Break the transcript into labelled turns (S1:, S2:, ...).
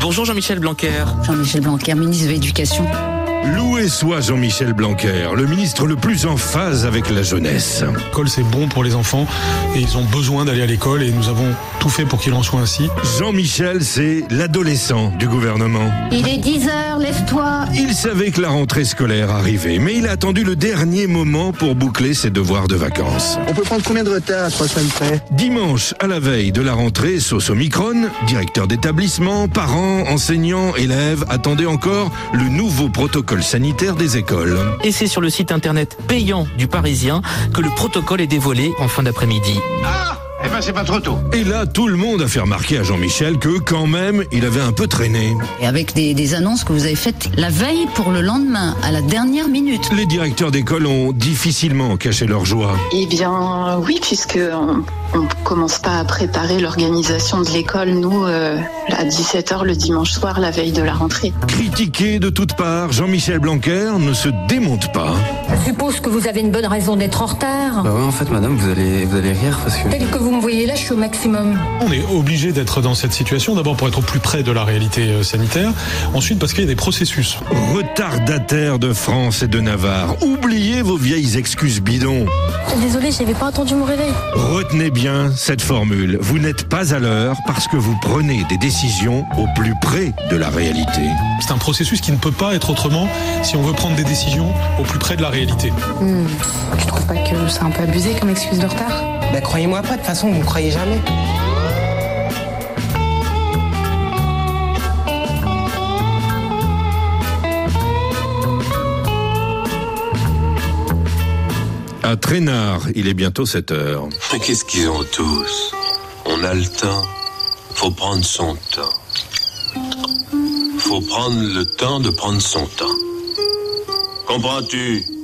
S1: Bonjour Jean-Michel Blanquer.
S2: Jean-Michel Blanquer, ministre de l'Éducation.
S3: Loué soit Jean-Michel Blanquer, le ministre le plus en phase avec la jeunesse.
S4: L'école, c'est bon pour les enfants et ils ont besoin d'aller à l'école et nous avons tout fait pour qu'il en soit ainsi.
S3: Jean-Michel, c'est l'adolescent du gouvernement.
S5: Il est 10h, lève-toi.
S3: Il savait que la rentrée scolaire arrivait, mais il a attendu le dernier moment pour boucler ses devoirs de vacances.
S6: On peut prendre combien de retard à trois semaines près
S3: Dimanche, à la veille de la rentrée, sauce Omicron, directeur d'établissement, parents, enseignants, élèves attendaient encore le nouveau protocole sanitaire des écoles.
S1: Et c'est sur le site internet payant du Parisien que le protocole est dévoilé en fin d'après-midi.
S7: Eh ben, c'est pas trop tôt.
S3: Et là, tout le monde a fait remarquer à Jean-Michel que quand même, il avait un peu traîné.
S2: Et avec des, des annonces que vous avez faites la veille pour le lendemain, à la dernière minute.
S3: Les directeurs d'école ont difficilement caché leur joie.
S8: Eh bien, oui, puisque on, on commence pas à préparer l'organisation de l'école, nous, euh, à 17h le dimanche soir, la veille de la rentrée.
S3: Critiqué de toutes parts, Jean-Michel Blanquer ne se démonte pas.
S9: Je suppose que vous avez une bonne raison d'être en retard.
S10: Bah ouais, en fait, madame, vous allez, vous allez rire parce que.
S9: Tel que vous me voyez là, je suis au maximum.
S4: On est obligé d'être dans cette situation, d'abord pour être au plus près de la réalité euh, sanitaire, ensuite parce qu'il y a des processus.
S3: Retardataire de France et de Navarre, oubliez vos vieilles excuses bidons.
S11: Désolée, j'avais pas entendu mon réveil.
S3: Retenez bien cette formule. Vous n'êtes pas à l'heure parce que vous prenez des décisions au plus près de la réalité.
S4: C'est un processus qui ne peut pas être autrement si on veut prendre des décisions au plus près de la réalité.
S12: Hmm. Tu trouves pas que c'est un peu abusé comme excuse de retard
S13: Bah croyez-moi pas, de toute façon vous me croyez jamais.
S3: À Traînard, il est bientôt 7 heures.
S14: Mais qu'est-ce qu'ils ont tous On a le temps. Faut prendre son temps. Faut prendre le temps de prendre son temps. Comprends-tu